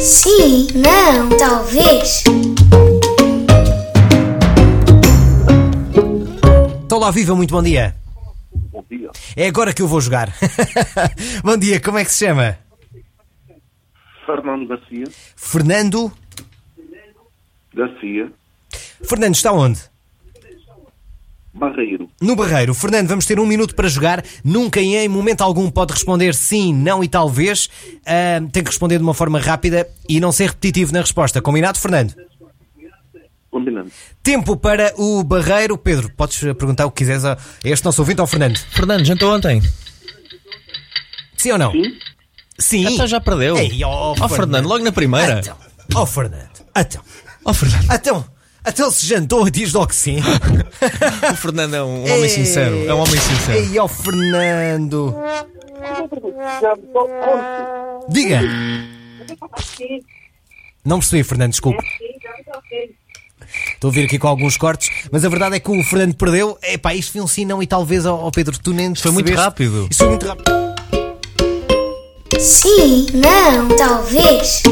Sim, não, talvez. Então lá viva, muito bom dia. Bom dia. É agora que eu vou jogar. bom dia, como é que se chama? Fernando Garcia. Fernando. Garcia. Fernando está onde? Barreiro. No Barreiro. Fernando, vamos ter um minuto para jogar. Nunca em momento algum pode responder sim, não e talvez. Ah, tem que responder de uma forma rápida e não ser repetitivo na resposta. Combinado, Fernando? Combinando. Tempo para o Barreiro. Pedro, podes perguntar o que quiseres a a este nosso ouvinte ao Fernando. Fernando, jantou ontem? Sim ou não? Sim. Sim. Então já perdeu. Ei, ó, Ó, Fernando, logo na primeira. Então, oh Fernando, então, Ó, Fernando. então, então se jantou, diz logo que sim. O Fernando é um homem sincero. É um homem sincero. Ei, ó Fernando. Diga. Não percebi, Fernando, desculpe. Estou a vir aqui com alguns cortes, mas a verdade é que o Fernando perdeu. Epá, isto foi um sim, não e talvez ao ao Pedro tu nem Foi muito percebeste. rápido. Isso foi muito rápido. Sim, não, talvez.